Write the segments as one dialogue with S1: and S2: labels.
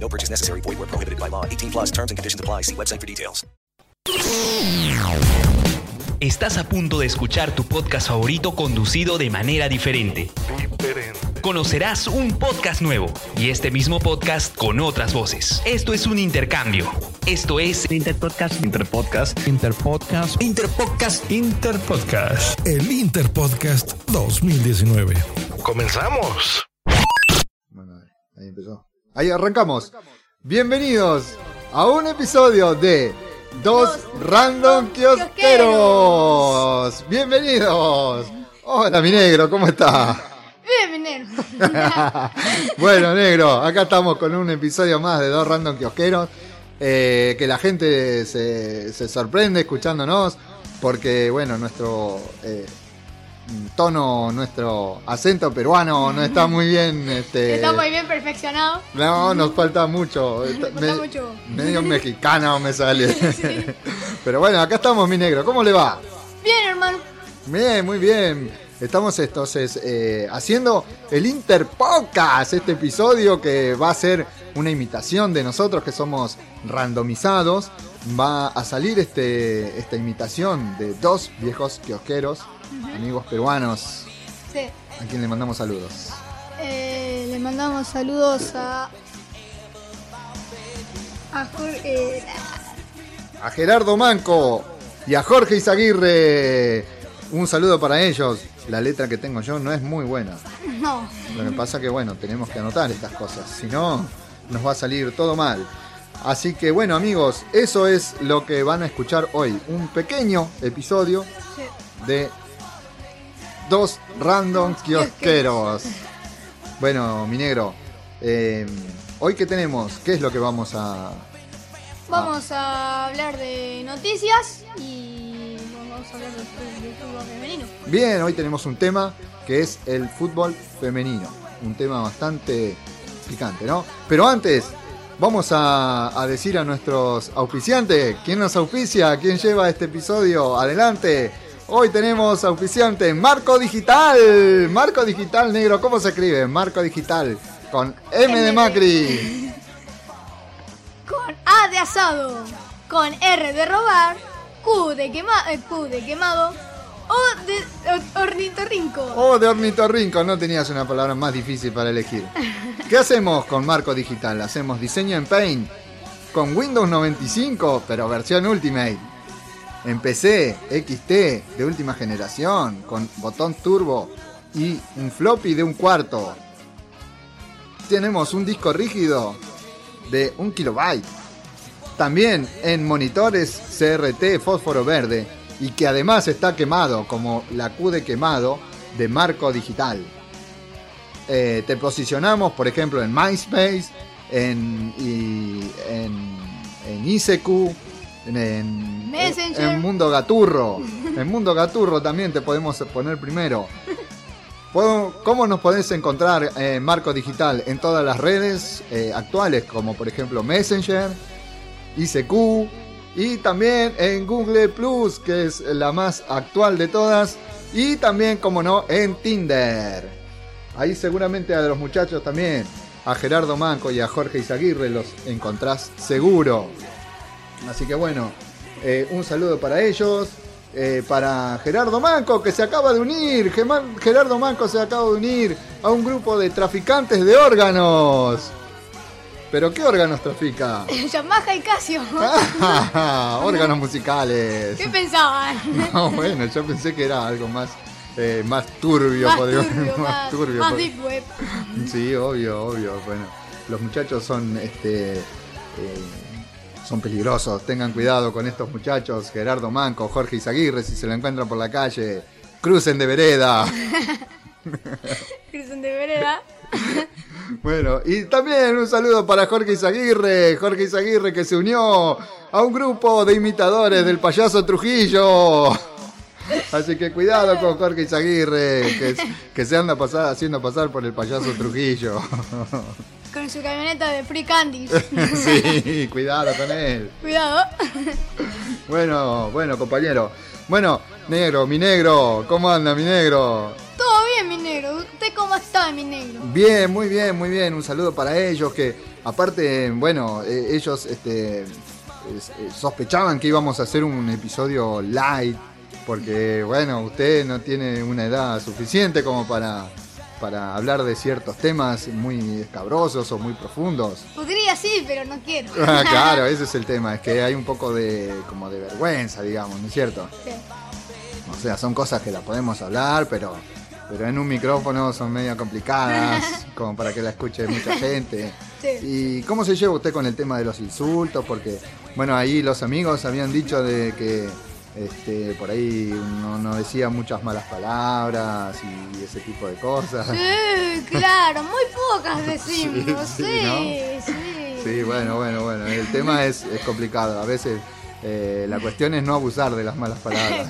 S1: No purchase necessary. Void where prohibited by law. 18 plus terms and conditions apply. See website for details.
S2: Estás a punto de escuchar tu podcast favorito conducido de manera diferente. Conocerás un podcast nuevo y este mismo podcast con otras voces. Esto es un intercambio. Esto es Interpodcast.
S3: Interpodcast. Interpodcast.
S2: Interpodcast.
S3: Interpodcast.
S4: El Interpodcast 2019.
S5: Comenzamos.
S6: Bueno, ahí empezó. Ahí arrancamos. Bienvenidos a un episodio de Dos Random Kiosqueros. Bienvenidos. Hola, mi negro, ¿cómo está?
S7: Bien, negro.
S6: bueno, negro, acá estamos con un episodio más de Dos Random Kiosqueros. eh, que la gente se, se sorprende escuchándonos. Porque, bueno, nuestro eh, tono, nuestro acento peruano no está muy bien. Este,
S7: Está muy bien perfeccionado.
S6: No, nos falta mucho. Está-
S7: falta mucho.
S6: Medio mexicano me sale. Pero bueno, acá estamos, mi negro. ¿Cómo le va?
S7: Bien, hermano.
S6: Bien, muy bien. Estamos entonces eh, haciendo el Interpodcast, este episodio que va a ser una imitación de nosotros que somos randomizados. Va a salir este, esta imitación de dos viejos kiosqueros, amigos peruanos,
S7: Sí.
S6: a quien le mandamos saludos.
S7: Eh, le mandamos saludos a. A Jorge. eh,
S6: a Gerardo Manco y a Jorge Izaguirre. Un saludo para ellos. La letra que tengo yo no es muy buena.
S7: no.
S6: Lo que pasa que bueno, tenemos que anotar estas cosas. Si no, nos va a salir todo mal. Así que bueno amigos, eso es lo que van a escuchar hoy. Un pequeño episodio de dos random kiosqueros. Bueno, mi negro, eh, hoy que tenemos, ¿qué es lo que vamos a,
S7: Vamos a hablar de noticias y. bueno, Vamos a hablar de fútbol, de fútbol femenino.
S6: Bien, hoy tenemos un tema que es el fútbol femenino. Un tema bastante picante, ¿no? Pero antes, vamos a, a decir a nuestros auspiciantes, ¿quién nos auspicia? ¿Quién lleva este episodio? Adelante. Hoy tenemos auspiciante Marco Digital. Marco Digital Negro, ¿cómo se escribe? Marco Digital con M de Macri.
S7: Con A de asado. Con R de robar. Q de, quema, eh, Q de quemado. O de o- ornitorrinco.
S6: Oh, de ornitorrinco, no tenías una palabra más difícil para elegir. ¿Qué hacemos con Marco Digital? Hacemos diseño en Paint con Windows 95, pero versión Ultimate. En PC, XT de última generación, con botón turbo y un floppy de un cuarto. Tenemos un disco rígido de un kilobyte. También en monitores CRT fósforo verde y que además está quemado como la Q de quemado de marco digital. Eh, te posicionamos, por ejemplo, en MySpace, en, y- en, en ICQ, en, en,
S7: Messenger.
S6: en Mundo Gaturro. En Mundo Gaturro también te podemos poner primero. Puedo- ¿Cómo nos podés encontrar eh, Marco Digital en todas las redes eh, actuales, como por ejemplo Messenger, ICQ y también en Google Plus, que es la más actual de todas, y también, como no, en Tinder. Ahí seguramente a los muchachos también, a Gerardo Manco y a Jorge Izaguirre los encontrás seguro. Así que bueno, eh, un saludo para ellos. eh, para Gerardo Manco, que se acaba de unir. Geman- Gerardo Manco se acaba de unir a un grupo de traficantes de órganos. ¿Pero qué órganos trafica?
S7: Yamaha y Casio.
S6: órganos musicales.
S7: ¿Qué pensaban?
S6: No, bueno, yo pensé que era algo más, eh, más turbio,
S7: más
S6: podría-
S7: turbio, más,
S6: turbio,
S7: más
S6: pod-
S7: deep web.
S6: Sí, obvio, obvio. Bueno, los muchachos son, este, eh, son peligrosos. Tengan cuidado con estos muchachos. Gerardo Manco, Jorge Izaguirre, si se lo encuentran por la calle, crucen de vereda.
S7: Crucen de vereda.
S6: Bueno, y también un saludo para Jorge Izaguirre. Jorge Izaguirre que se unió a un grupo de imitadores del payaso Trujillo. Así que cuidado con Jorge Izaguirre, que, es- que se anda pasar- haciendo pasar por el payaso Trujillo.
S7: Con su camioneta de Free Candies.
S6: Sí, cuidado con él.
S7: Cuidado.
S6: Bueno, bueno, compañero. Bueno, negro, mi negro, ¿cómo anda mi negro?
S7: Todo bien, mi negro. ¿Usted cómo está, mi negro?
S6: Bien, muy bien, muy bien. Un saludo para ellos que, aparte, bueno, eh, ellos este, es- eh, sospechaban que íbamos a hacer un episodio light, porque, bueno, usted no tiene una edad suficiente como para, para hablar de ciertos temas muy escabrosos o muy profundos.
S7: Podría sí, pero no quiero.
S6: Ah, claro, ese es el tema, es que hay un poco de, como de vergüenza, digamos, ¿no es cierto?
S7: Sí.
S6: O sea, son cosas que las podemos hablar, pero, pero en un micrófono son medio complicadas, como para que la escuche mucha gente.
S7: Sí.
S6: ¿Y cómo se lleva usted con el tema de los insultos? Porque, bueno, ahí los amigos habían dicho de que este, por ahí uno no decía muchas malas palabras y ese tipo de cosas.
S7: Sí, claro, muy pocas decimos.
S6: Sí,
S7: Sí,
S6: sí,
S7: sí.
S6: Sí, bueno, bueno, bueno. El tema es, es complicado. A veces eh, la cuestión es no abusar de las malas palabras.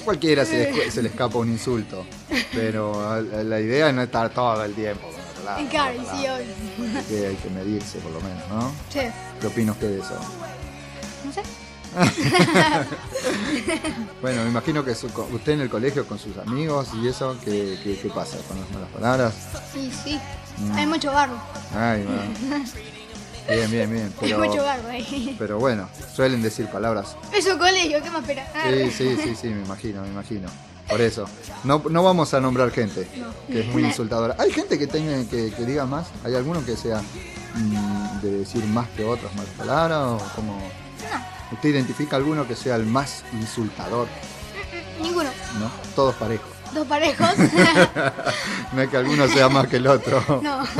S6: A cualquiera se le, escu- se le escapa un insulto. Pero a- a la idea es no estar todo el tiempo con la palabra.
S7: Y
S6: con la
S7: claro, y sí,
S6: palabra.
S7: hoy.
S6: Así que hay que medirse por lo menos, ¿no?
S7: Sí.
S6: ¿Qué opina usted de eso?
S7: No sé.
S6: Bueno, me imagino que su- co- usted en el colegio con sus amigos y eso, ¿qué, qué- qué pasa con las malas palabras?
S7: Sí, sí.
S6: Mm.
S7: Hay mucho barro.
S6: Ay, bueno. Bien, bien, bien.
S7: Hay
S6: Pero,
S7: mucho barro ahí.
S6: pero bueno, suelen decir palabras
S7: Es un colegio, ¿qué más espera?
S6: Sí, sí, sí, sí, me imagino, me imagino. Por eso. No, no vamos a nombrar gente que es muy insultadora. Hay gente que tenga que, que diga más. ¿Hay alguno que sea mm, de decir más que otros malas palabras? ¿O como... ¿Usted identifica alguno que sea el más insultador?
S7: Ninguno.
S6: ¿No? Todos parejos.
S7: Dos parejos.
S6: no es que alguno sea más que el otro.
S7: no.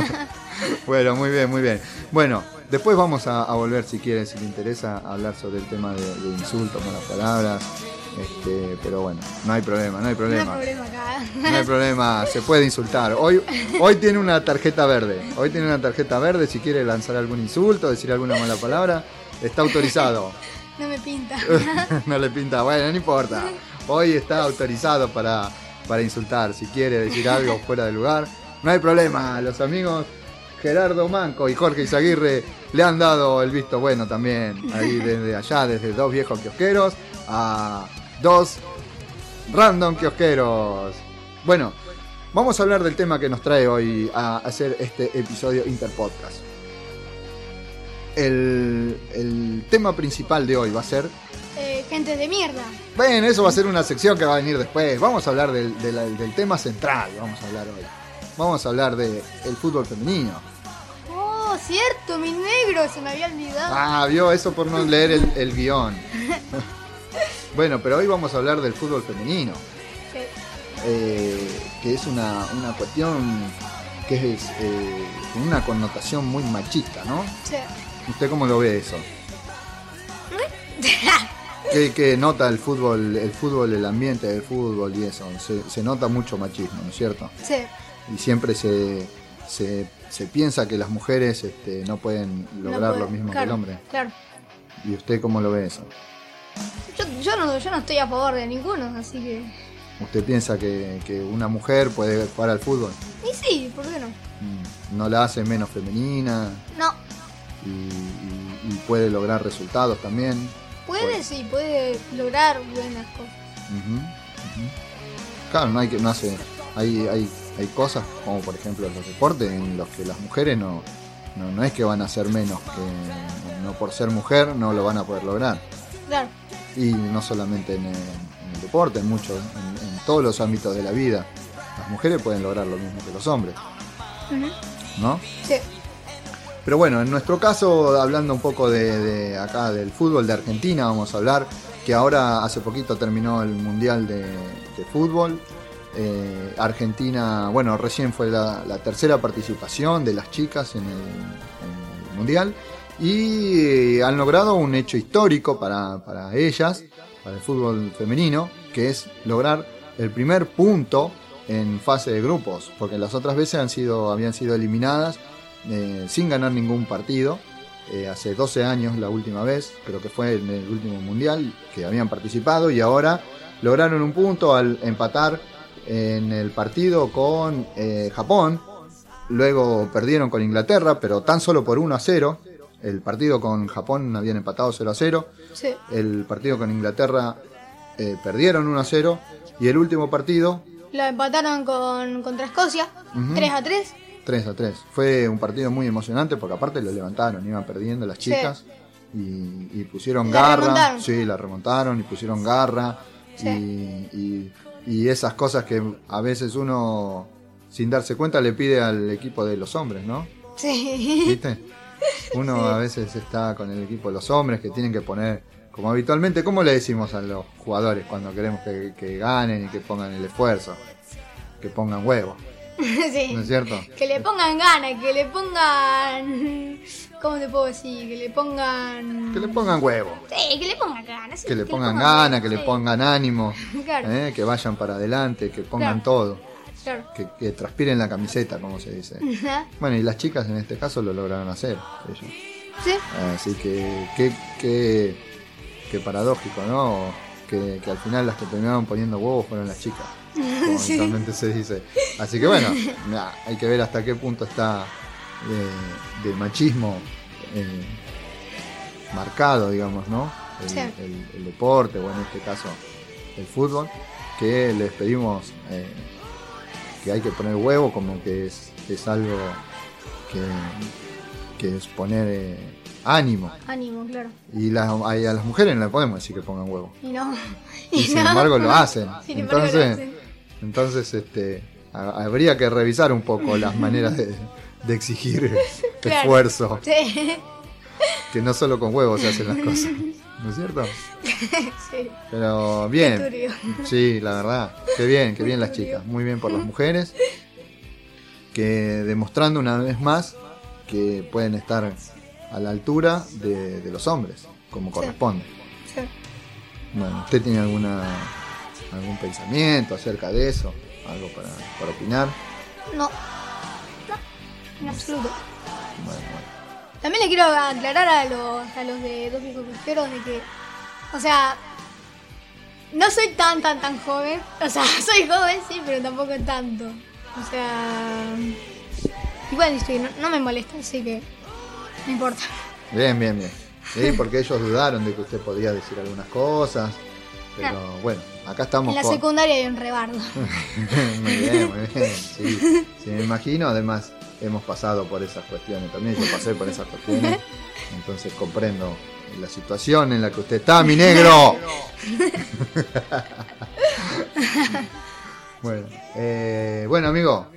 S6: Bueno, muy bien, muy bien. Bueno, después vamos a, a volver si quieren, si te interesa, a hablar sobre el tema de, de insultos, malas palabras. Este, pero bueno, no hay problema, no hay
S7: No hay
S6: problema.
S7: problema acá.
S6: No hay problema, se puede insultar. Hoy, hoy tiene una tarjeta verde. Hoy tiene una tarjeta verde. Si quiere lanzar algún insulto, decir alguna mala palabra, está autorizado.
S7: No me pinta.
S6: no le pinta, bueno, no importa. Hoy está autorizado para, para insultar. Si quiere decir algo fuera de lugar, no hay problema. Los amigos Gerardo Manco y Jorge Izaguirre le han dado el visto bueno también. Ahí desde allá, desde dos viejos kiosqueros a dos random kiosqueros. Bueno, vamos a hablar del tema que nos trae hoy a hacer este episodio Interpodcast. El, el tema principal de hoy va a ser
S7: Eh, gente de mierda.
S6: bueno, eso va a ser una sección que va a venir después. Vamos a hablar del, del- del tema central, vamos a hablar hoy. Vamos a hablar del fútbol femenino.
S7: Oh, cierto, mi negro, se me había olvidado.
S6: Ah, vio eso por no leer el, el guión. Bueno, pero hoy vamos a hablar del fútbol femenino,
S7: Sí.
S6: eh, que es una, una cuestión que es eh, con una connotación muy machista, ¿no?
S7: Sí.
S6: ¿Usted cómo lo ve eso? ¿Qué, qué nota el fútbol, el fútbol, el ambiente del fútbol y eso? Se, se nota mucho machismo, ¿no es cierto?
S7: Sí.
S6: Y siempre se, se- se piensa que las mujeres este, no pueden lograr
S7: No puedo.
S6: lo mismo que el
S7: Claro,
S6: hombre.
S7: Claro.
S6: ¿Y usted cómo lo ve eso?
S7: Yo, yo no, yo no estoy a favor de ninguno, así que.
S6: ¿Usted piensa que, que una mujer puede jugar al fútbol?
S7: Y sí, ¿por qué no?
S6: Mm, ¿No la hace menos femenina
S7: No.
S6: y, y- y puede lograr resultados también?
S7: Puede, sí, puede lograr buenas cosas.
S6: Ujú, ujú. Claro, no hay que, no hace, hay, hay, hay cosas como por ejemplo los deportes en los que las mujeres no, no, no es que van a ser menos que no por ser mujer no lo van a poder lograr.
S7: Claro.
S6: Y no solamente en el, en el deporte, en muchos, en, en todos los ámbitos de la vida. Las mujeres pueden lograr lo mismo que los hombres,
S7: Ujú.
S6: ¿no?
S7: Sí.
S6: Pero bueno, en nuestro caso, hablando un poco de, de acá del fútbol de Argentina, vamos a hablar que ahora hace poquito terminó el Mundial de, de Fútbol. Eh, Argentina, bueno, recién fue la, la, tercera participación de las chicas en el, en el Mundial y eh, han logrado un hecho histórico para, para ellas, para el fútbol femenino, que es lograr el primer punto en fase de grupos, porque las otras veces han sido, habían sido eliminadas eh, sin ganar ningún partido. Eh, hace 12 años la última vez, creo que fue en el último mundial que habían participado y ahora lograron un punto al empatar en el partido con eh, Japón. Luego perdieron con Inglaterra, pero tan solo por 1 a 0. El partido con Japón habían empatado 0 a 0.
S7: Sí.
S6: El partido con Inglaterra eh, perdieron 1 a 0. Y el último partido...
S7: La empataron con, contra Escocia, uh -huh. 3 a 3.
S6: 3 a 3. Fue un partido muy emocionante porque aparte lo levantaron, iban perdiendo las chicas sí. y, y, pusieron y garra. Remontaron. Sí, la remontaron y pusieron garra. Sí. Y, y, esas cosas que a veces uno, sin darse cuenta, le pide al equipo de los hombres, ¿no?
S7: Sí.
S6: ¿Viste? Uno sí. a veces está con el equipo de los hombres que tienen que poner, como habitualmente, ¿cómo le decimos a los jugadores cuando queremos que, que ganen y que pongan el esfuerzo? Que pongan huevos.
S7: Sí.
S6: ¿No es cierto?
S7: Que le pongan ganas, que le pongan. ¿Cómo te puedo decir? Que le pongan.
S6: Que le pongan huevo.
S7: Sí, que le pongan ganas. Sí,
S6: que, le pongan, ganas, que le pongan, gana, que le pongan ánimo.
S7: Claro.
S6: ¿eh? Que vayan para adelante, que pongan claro. todo.
S7: Claro.
S6: Que, que, transpiren la camiseta, como se dice. Uh -huh. Bueno, y las chicas en este caso lo lograron hacer. Ellos.
S7: Sí.
S6: Así que. Qué que, que, paradójico, ¿no? Que, que al final las que terminaron poniendo huevos fueron las chicas. Sí. se dice. Así que bueno, nah, hay que ver hasta qué punto está eh, de machismo eh, marcado, digamos, ¿no? El,
S7: sí.
S6: el, el, deporte, o en este caso el fútbol, que les pedimos eh, que hay que poner huevo, como que es, es algo que, que, es poner eh, ánimo.
S7: Ánimo, claro.
S6: Y las, a, las mujeres no le podemos decir que pongan huevo.
S7: Y no.
S6: Y, y sin no. embargo lo hacen.
S7: Sin
S6: entonces,
S7: embargo, lo hacen.
S6: entonces este, ha, habría que revisar un poco las maneras de, de exigir este
S7: claro.
S6: esfuerzo.
S7: Sí.
S6: Que no solo con huevos se hacen las cosas. ¿No es cierto?
S7: Sí.
S6: Pero bien.
S7: Qué
S6: sí, la verdad. Qué bien, qué bien las chicas. Muy bien por las mujeres. Que demostrando una vez más que pueden estar a la altura de, de los hombres, como corresponde.
S7: Sí. Sí.
S6: Bueno, ¿usted tiene alguna algún pensamiento acerca de eso? ¿Algo para, para opinar?
S7: No. no. en absoluto.
S6: Bueno, bueno.
S7: También le quiero aclarar a los, a los de dos Costeros de que, o sea, no soy tan, tan, tan joven. O sea, soy joven, sí, pero tampoco tanto. O sea, igual estoy, no, no me molesta, así que no importa.
S6: Bien, bien, bien. Sí, porque ellos dudaron de que usted podía decir algunas cosas. Pero no. bueno, acá estamos.
S7: En la con... secundaria hay un rebardo.
S6: muy bien, muy bien. Sí, sí, me imagino. Además, hemos pasado por esas cuestiones también. Yo pasé por esas cuestiones. Entonces comprendo la situación en la que usted está, mi negro. bueno, eh, bueno, amigo.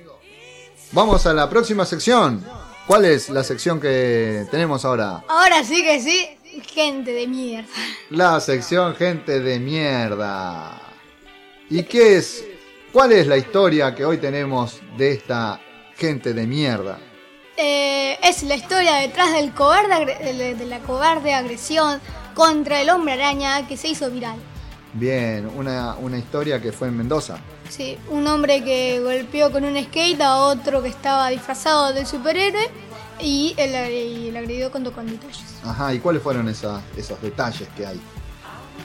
S6: Vamos a la próxima sección. ¿Cuál es la sección que tenemos ahora?
S7: Ahora sí que sí, gente de mierda.
S6: La sección gente de mierda. ¿Y qué es? ¿Cuál es la historia que hoy tenemos de esta gente de mierda?
S7: Eh, es la historia detrás del cobarde de, de la cobarde agresión contra el hombre araña que se hizo viral.
S6: Bien, una, una historia que fue en Mendoza.
S7: Sí, un hombre que golpeó con un skate a otro que estaba disfrazado de superhéroe y el, agredió con, con detalles.
S6: Ajá, ¿y cuáles fueron esas, esos detalles que hay?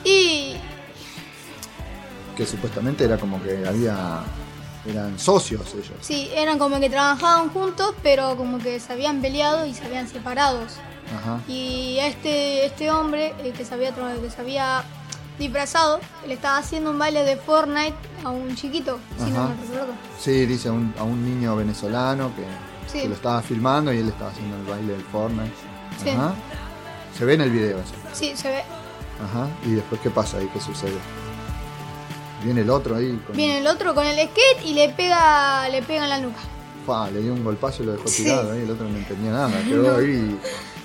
S7: Y...
S6: Que supuestamente era como que había... Eran socios ellos.
S7: Sí, eran como que trabajaban juntos, pero como que se habían peleado y se habían separados.
S6: Ajá.
S7: Y este, este hombre eh, que se había, que se había disfrazado, le estaba haciendo un baile de Fortnite a un chiquito, si no me recuerdo.
S6: Sí, dice a un, a un niño venezolano que,
S7: sí.
S6: que, lo estaba filmando y él estaba haciendo el baile del Fortnite.
S7: Sí.
S6: Ajá. Se ve en el video eso.
S7: Sí, se ve.
S6: Ajá. ¿Y después qué pasa ahí? ¿Qué sucede? Viene el otro ahí.
S7: Con Viene el otro con el skate y le pega, le pega en la nuca.
S6: pa, le dio un golpazo y lo dejó tirado ahí, el otro no entendía nada, quedó
S7: No.
S6: ahí.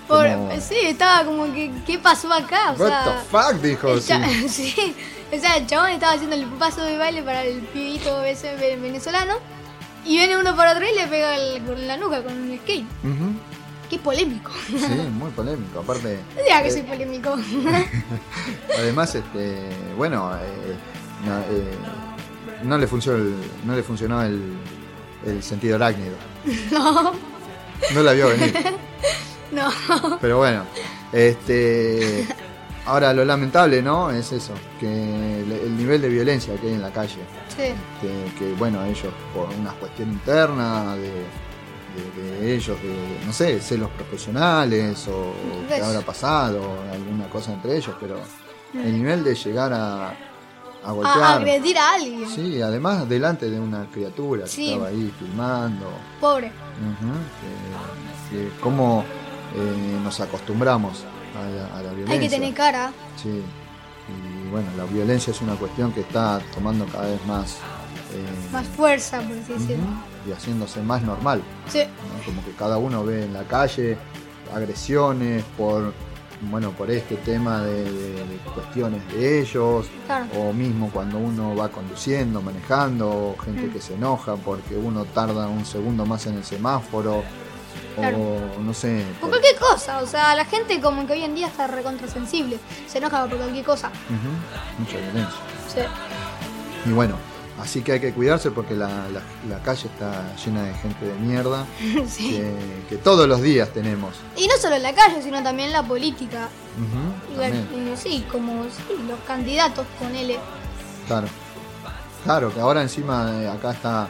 S7: Por-
S6: como,
S7: Sí, estaba como que, ¿qué pasó acá? O
S6: What
S7: sea,
S6: the fuck, dijo,
S7: el cha-
S6: sí.
S7: sí. O sea, el chabón estaba haciendo el paso de baile para el pibito ese ve- venezolano. Y viene uno para atrás y le pega el- con la nuca, con un skate.
S6: Ujú.
S7: Qué polémico.
S6: Sí, muy polémico. Aparte,
S7: No diga que
S6: eh,
S7: soy polémico.
S6: además, este, bueno, eh, no, eh, no le funcionó el, no le funcionó el, el sentido arácnido.
S7: no,
S6: No la vio venir.
S7: no.
S6: Pero bueno, este. Ahora, lo lamentable, ¿no? Es eso, que el, el nivel de violencia que hay en la calle.
S7: Sí.
S6: Este, que, bueno, ellos, por una cuestión interna de, de- de ellos, de, no sé, celos profesionales o qué
S7: Ves.
S6: habrá pasado, alguna cosa entre ellos, pero el
S7: Mm.
S6: nivel de llegar a, a
S7: A-
S6: golpear.
S7: A, agredir a alguien.
S6: Sí, además, delante de una criatura que
S7: Sí.
S6: estaba ahí filmando.
S7: Pobre.
S6: Ujú, que- que cómo eh, nos acostumbramos a la, a la violencia.
S7: Hay que tener cara.
S6: Sí. Y bueno, la violencia es una cuestión que está tomando cada vez más eh,
S7: Más fuerza, por así decirlo.
S6: y haciéndose más normal.
S7: Sí.
S6: ¿no? Como que cada uno ve en la calle agresiones por bueno por este tema de, de- de cuestiones de ellos
S7: Claro.
S6: o mismo cuando uno va conduciendo manejando o gente
S7: Mm.
S6: que se enoja porque uno tarda un segundo más en el semáforo
S7: Claro.
S6: o no sé
S7: Por
S6: por-
S7: cualquier cosa, o sea, la gente como que hoy en día está recontrasensible, se enoja por cualquier cosa.
S6: Ujú, mucha violencia
S7: Sí.
S6: y bueno así que hay que cuidarse porque la, la- la calle está llena de gente de mierda
S7: Sí.
S6: que, que todos los días tenemos
S7: Y no solo en la calle, sino también la política.
S6: Ujú,
S7: La-
S6: también.
S7: eh, sí, como sí, los candidatos, ponele.
S6: Claro. Claro, que ahora encima eh, acá está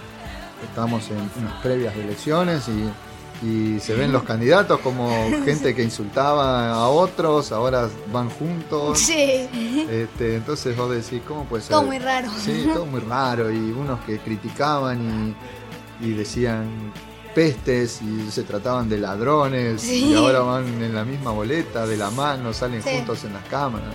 S6: estamos en unas previas de elecciones y, y se ven los candidatos como gente que insultaba a otros, ahora van juntos.
S7: Sí.
S6: Este, entonces vos decís, ¿cómo puede ser?
S7: Todo muy raro.
S6: Sí, todo muy raro. Y unos que criticaban y, y decían pestes y se trataban de ladrones
S7: Sí.
S6: y ahora van en la misma boleta, de la mano, salen
S7: Sí.
S6: juntos en las cámaras.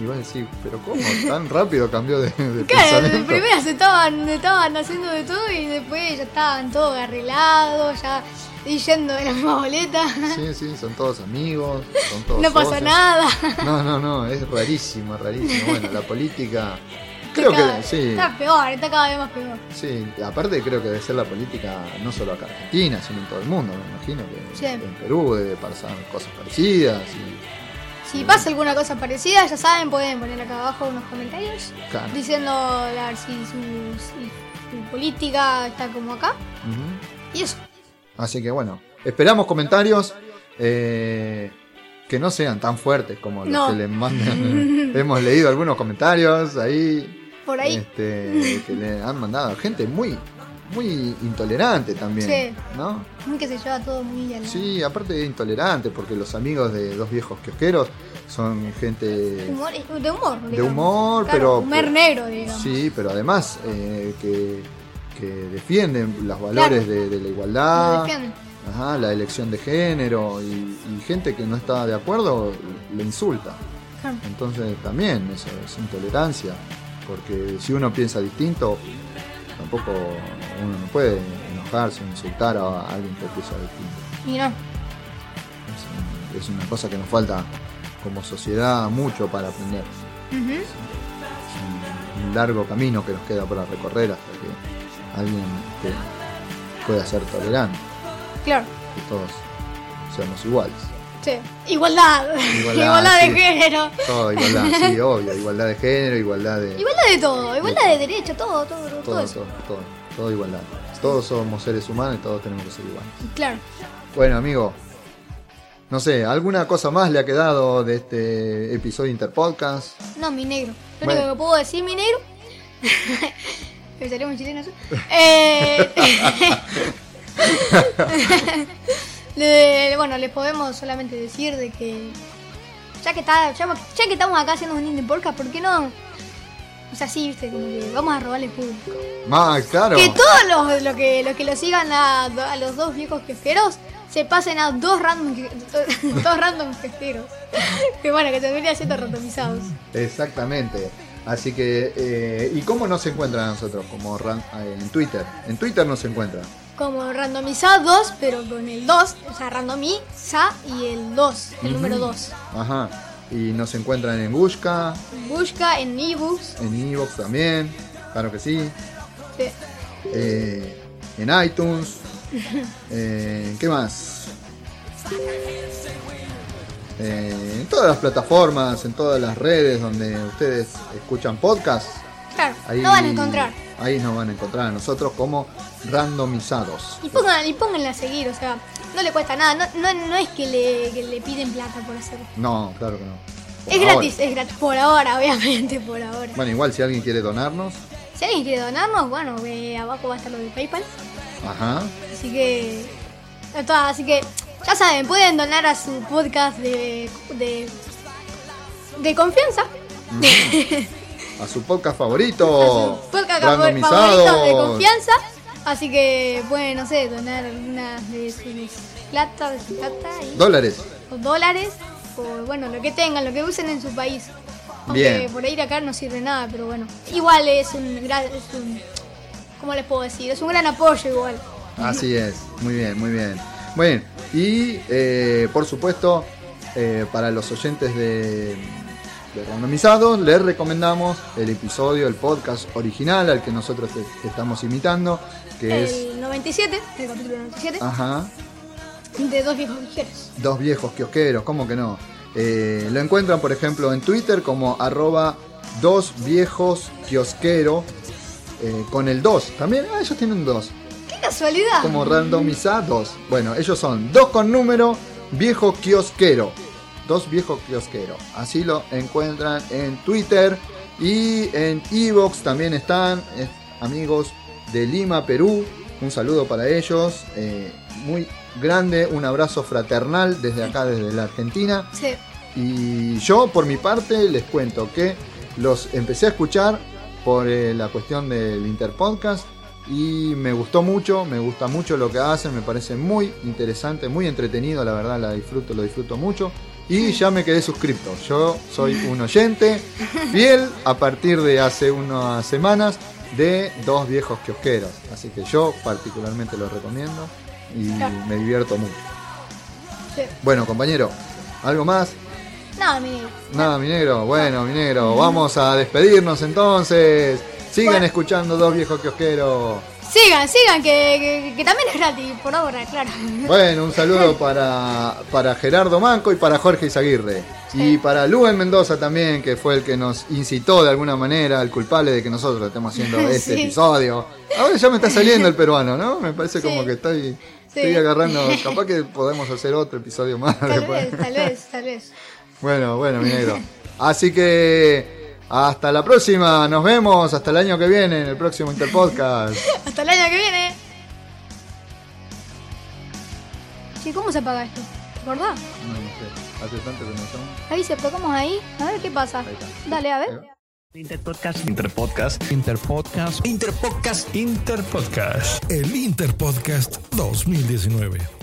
S6: Y vos decís, ¿pero cómo? Tan rápido cambió de, de
S7: Claro,
S6: pensamiento.
S7: primero se estaban, se estaban haciendo de todo y después ya estaban todos arreglados, ya y yendo de la misma boleta.
S6: Sí, sí, son todos amigos, son todos
S7: No pasó
S6: socios.
S7: nada.
S6: No, no, no, es rarísimo, rarísimo. Bueno, la política, creo
S7: Está cada-
S6: que sí,
S7: Está peor, está cada vez más peor.
S6: sí, aparte creo que debe ser la política no solo acá en Argentina, sino en todo el mundo, me imagino que
S7: Sí.
S6: en Perú debe pasar cosas parecidas. y-
S7: Si pasa alguna cosa parecida, ya saben, pueden poner acá abajo unos comentarios
S6: Claro.
S7: diciendo la- si su, si su política está como acá.
S6: Ujú.
S7: Y eso,
S6: Así que bueno, esperamos comentarios eh, que no sean tan fuertes como los
S7: No.
S6: que les mandan. Hemos leído algunos comentarios ahí.
S7: por ahí.
S6: Este, que le han mandado gente muy muy intolerante también,
S7: Sí.
S6: ¿no?
S7: Muy que se lleva todo muy al
S6: Sí, aparte de intolerante, porque los amigos de dos viejos kiosqueros son gente
S7: humor, de humor.
S6: de humor, pero...
S7: Humor negro, digamos.
S6: Sí, pero además eh, que, que defienden los valores de, de la
S7: Lo
S6: igualdad,
S7: defienden.
S6: ajá, la elección de género, y, y gente que no está de acuerdo le insulta.
S7: Claro.
S6: Entonces también eso es intolerancia, porque si uno piensa distinto, tampoco uno no puede enojarse o insultar a alguien que piensa distinto.
S7: Y no,
S6: Es un- Es una cosa que nos falta como sociedad mucho para aprender.
S7: Ujú.
S6: Es un- un largo camino que nos queda para recorrer hasta que alguien este, pueda ser tolerante,
S7: claro.
S6: que todos seamos iguales.
S7: Sí. Igualdad.
S6: Igualdad,
S7: Igualdad,
S6: sí.
S7: de género.
S6: Todo igualdad, sí, obvio, igualdad de género, igualdad de...
S7: Igualdad de todo. Igualdad de derecho, todo, todo, todo,
S6: todo,
S7: eso.
S6: todo, todo, todo igualdad. Todos somos seres humanos y todos tenemos que ser iguales.
S7: Claro.
S6: Bueno, amigo, no sé, ¿alguna cosa más le ha quedado de este episodio Interpodcast?
S7: No, mi negro. Lo
S6: Bueno.
S7: único que puedo decir, mi negro. Me salió un chileno eso. Eh, le- bueno, les podemos solamente decir de que. Ya que, está, ya, ya que estamos acá haciendo un indie podcast, ¿por qué no? O sea, sí, viste, como que vamos a robarle público.
S6: Más, claro.
S7: Que todos los, los que, los que lo sigan a, do- a los dos viejos quejeros se pasen a dos random, que- do- dos random quejeros. que bueno, que terminan siendo randomizados.
S6: Exactamente. Así que, eh, ¿y cómo nos encuentran a nosotros? Como ran- eh, en Twitter. En Twitter nos encuentran
S7: como randomizá 2, pero con el 2, o sea, randomiza y el 2, el
S6: Ujú.
S7: número 2.
S6: Ajá. Y nos encuentran en Bushka,
S7: Busca en ebooks,
S6: en Evox también, claro que sí.
S7: Sí.
S6: eh, en iTunes. eh, ¿Qué más? Eh, en todas las plataformas, en todas las redes donde ustedes escuchan podcasts,
S7: claro,
S6: ahí
S7: lo van a encontrar.
S6: Ahí nos van a encontrar a nosotros como randomizados.
S7: Y pongan, y pónganla a seguir, o sea, no le cuesta nada, no, no, no es que le, que le piden plata por hacerlo.
S6: No, claro que no. Por
S7: es
S6: ahora.
S7: gratis, es gratis, por ahora, obviamente, por ahora.
S6: Bueno, igual si alguien quiere donarnos,
S7: Si alguien quiere donarnos, bueno, eh, abajo va a estar lo de PayPal.
S6: ajá.
S7: Así que. a todas, Así que, ya saben, pueden donar a su podcast de. de, de confianza.
S6: A su podcast favorito.
S7: podcast favor-
S6: randomizados.
S7: favorito de confianza. Así que pueden, no sé, donar algunas de sus plata, de su plata y-
S6: Dólares.
S7: o dólares. O bueno, lo que tengan, lo que usen en su país. Aunque
S6: Bien.
S7: por ahí de acá no sirve nada, pero bueno. Igual es un gran. Es un, ¿Cómo les puedo decir? Es un gran apoyo igual.
S6: Así es, muy bien, muy bien. Bueno, y eh, por supuesto, eh, para los oyentes de, de Randomizados, les recomendamos el episodio, el podcast original al que nosotros te- estamos imitando, que es Ah.
S7: El 97, el capítulo 97,
S6: ajá,
S7: de dos viejos ligeros.
S6: Dos Viejos Kiosqueros, ¿cómo que no? Eh, lo encuentran, por ejemplo, en Twitter como arroba dos viejos kiosquero, eh, con el 2 también. Ah, ellos tienen dos.
S7: ¡Qué casualidad!
S6: como randomizados. Bueno, ellos son dos con número, viejo kiosquero. Dos viejo kiosquero. Así lo encuentran en Twitter y en Evox también están eh, amigos de Lima, Perú. Un saludo para ellos. eh, muy grande, un abrazo fraternal desde acá, desde la Argentina.
S7: Sí.
S6: Y yo, por mi parte, les cuento que los empecé a escuchar por eh, la cuestión del Interpodcast y me gustó mucho, me gusta mucho lo que hacen, me parece muy interesante, muy entretenido, la verdad, la disfruto, lo disfruto mucho. Y ya me quedé suscrito. Yo soy un oyente fiel a partir de hace unas semanas de dos viejos kiosqueros. Así que yo particularmente lo recomiendo y me divierto mucho.
S7: Sí.
S6: Bueno, compañero, ¿algo más?
S7: Nada, mi
S6: Nada, mi negro. Bueno, mi negro, vamos a despedirnos entonces. Sigan escuchando dos viejos kiosqueros.
S7: Sigan, sigan, que, que- que también es gratis, por ahora, claro.
S6: Bueno, un saludo para, para Gerardo Manco y para Jorge Izaguirre. Y para Luen Mendoza también, que fue el que nos incitó de alguna manera, el culpable de que nosotros estemos haciendo este
S7: Sí.
S6: episodio. Ahora ya me está saliendo el peruano, ¿no? Me parece como que estoy, estoy
S7: Sí.
S6: agarrando. Capaz que podemos hacer otro episodio más.
S7: Tal
S6: después.
S7: vez, tal vez, tal vez.
S6: Bueno, bueno, mi negro. Así que hasta la próxima. Nos vemos hasta el año que viene en el próximo Interpodcast.
S7: Hasta el año que viene. Che, ¿cómo se apaga esto? ¿Te acordás?
S6: No, no sé. Hace tanto que no estamos.
S7: Ahí se tocamos ahí. A ver qué pasa. Dale, a ver.
S3: Interpodcast. Interpodcast. Interpodcast. Interpodcast. Interpodcast.
S4: El Interpodcast 2019.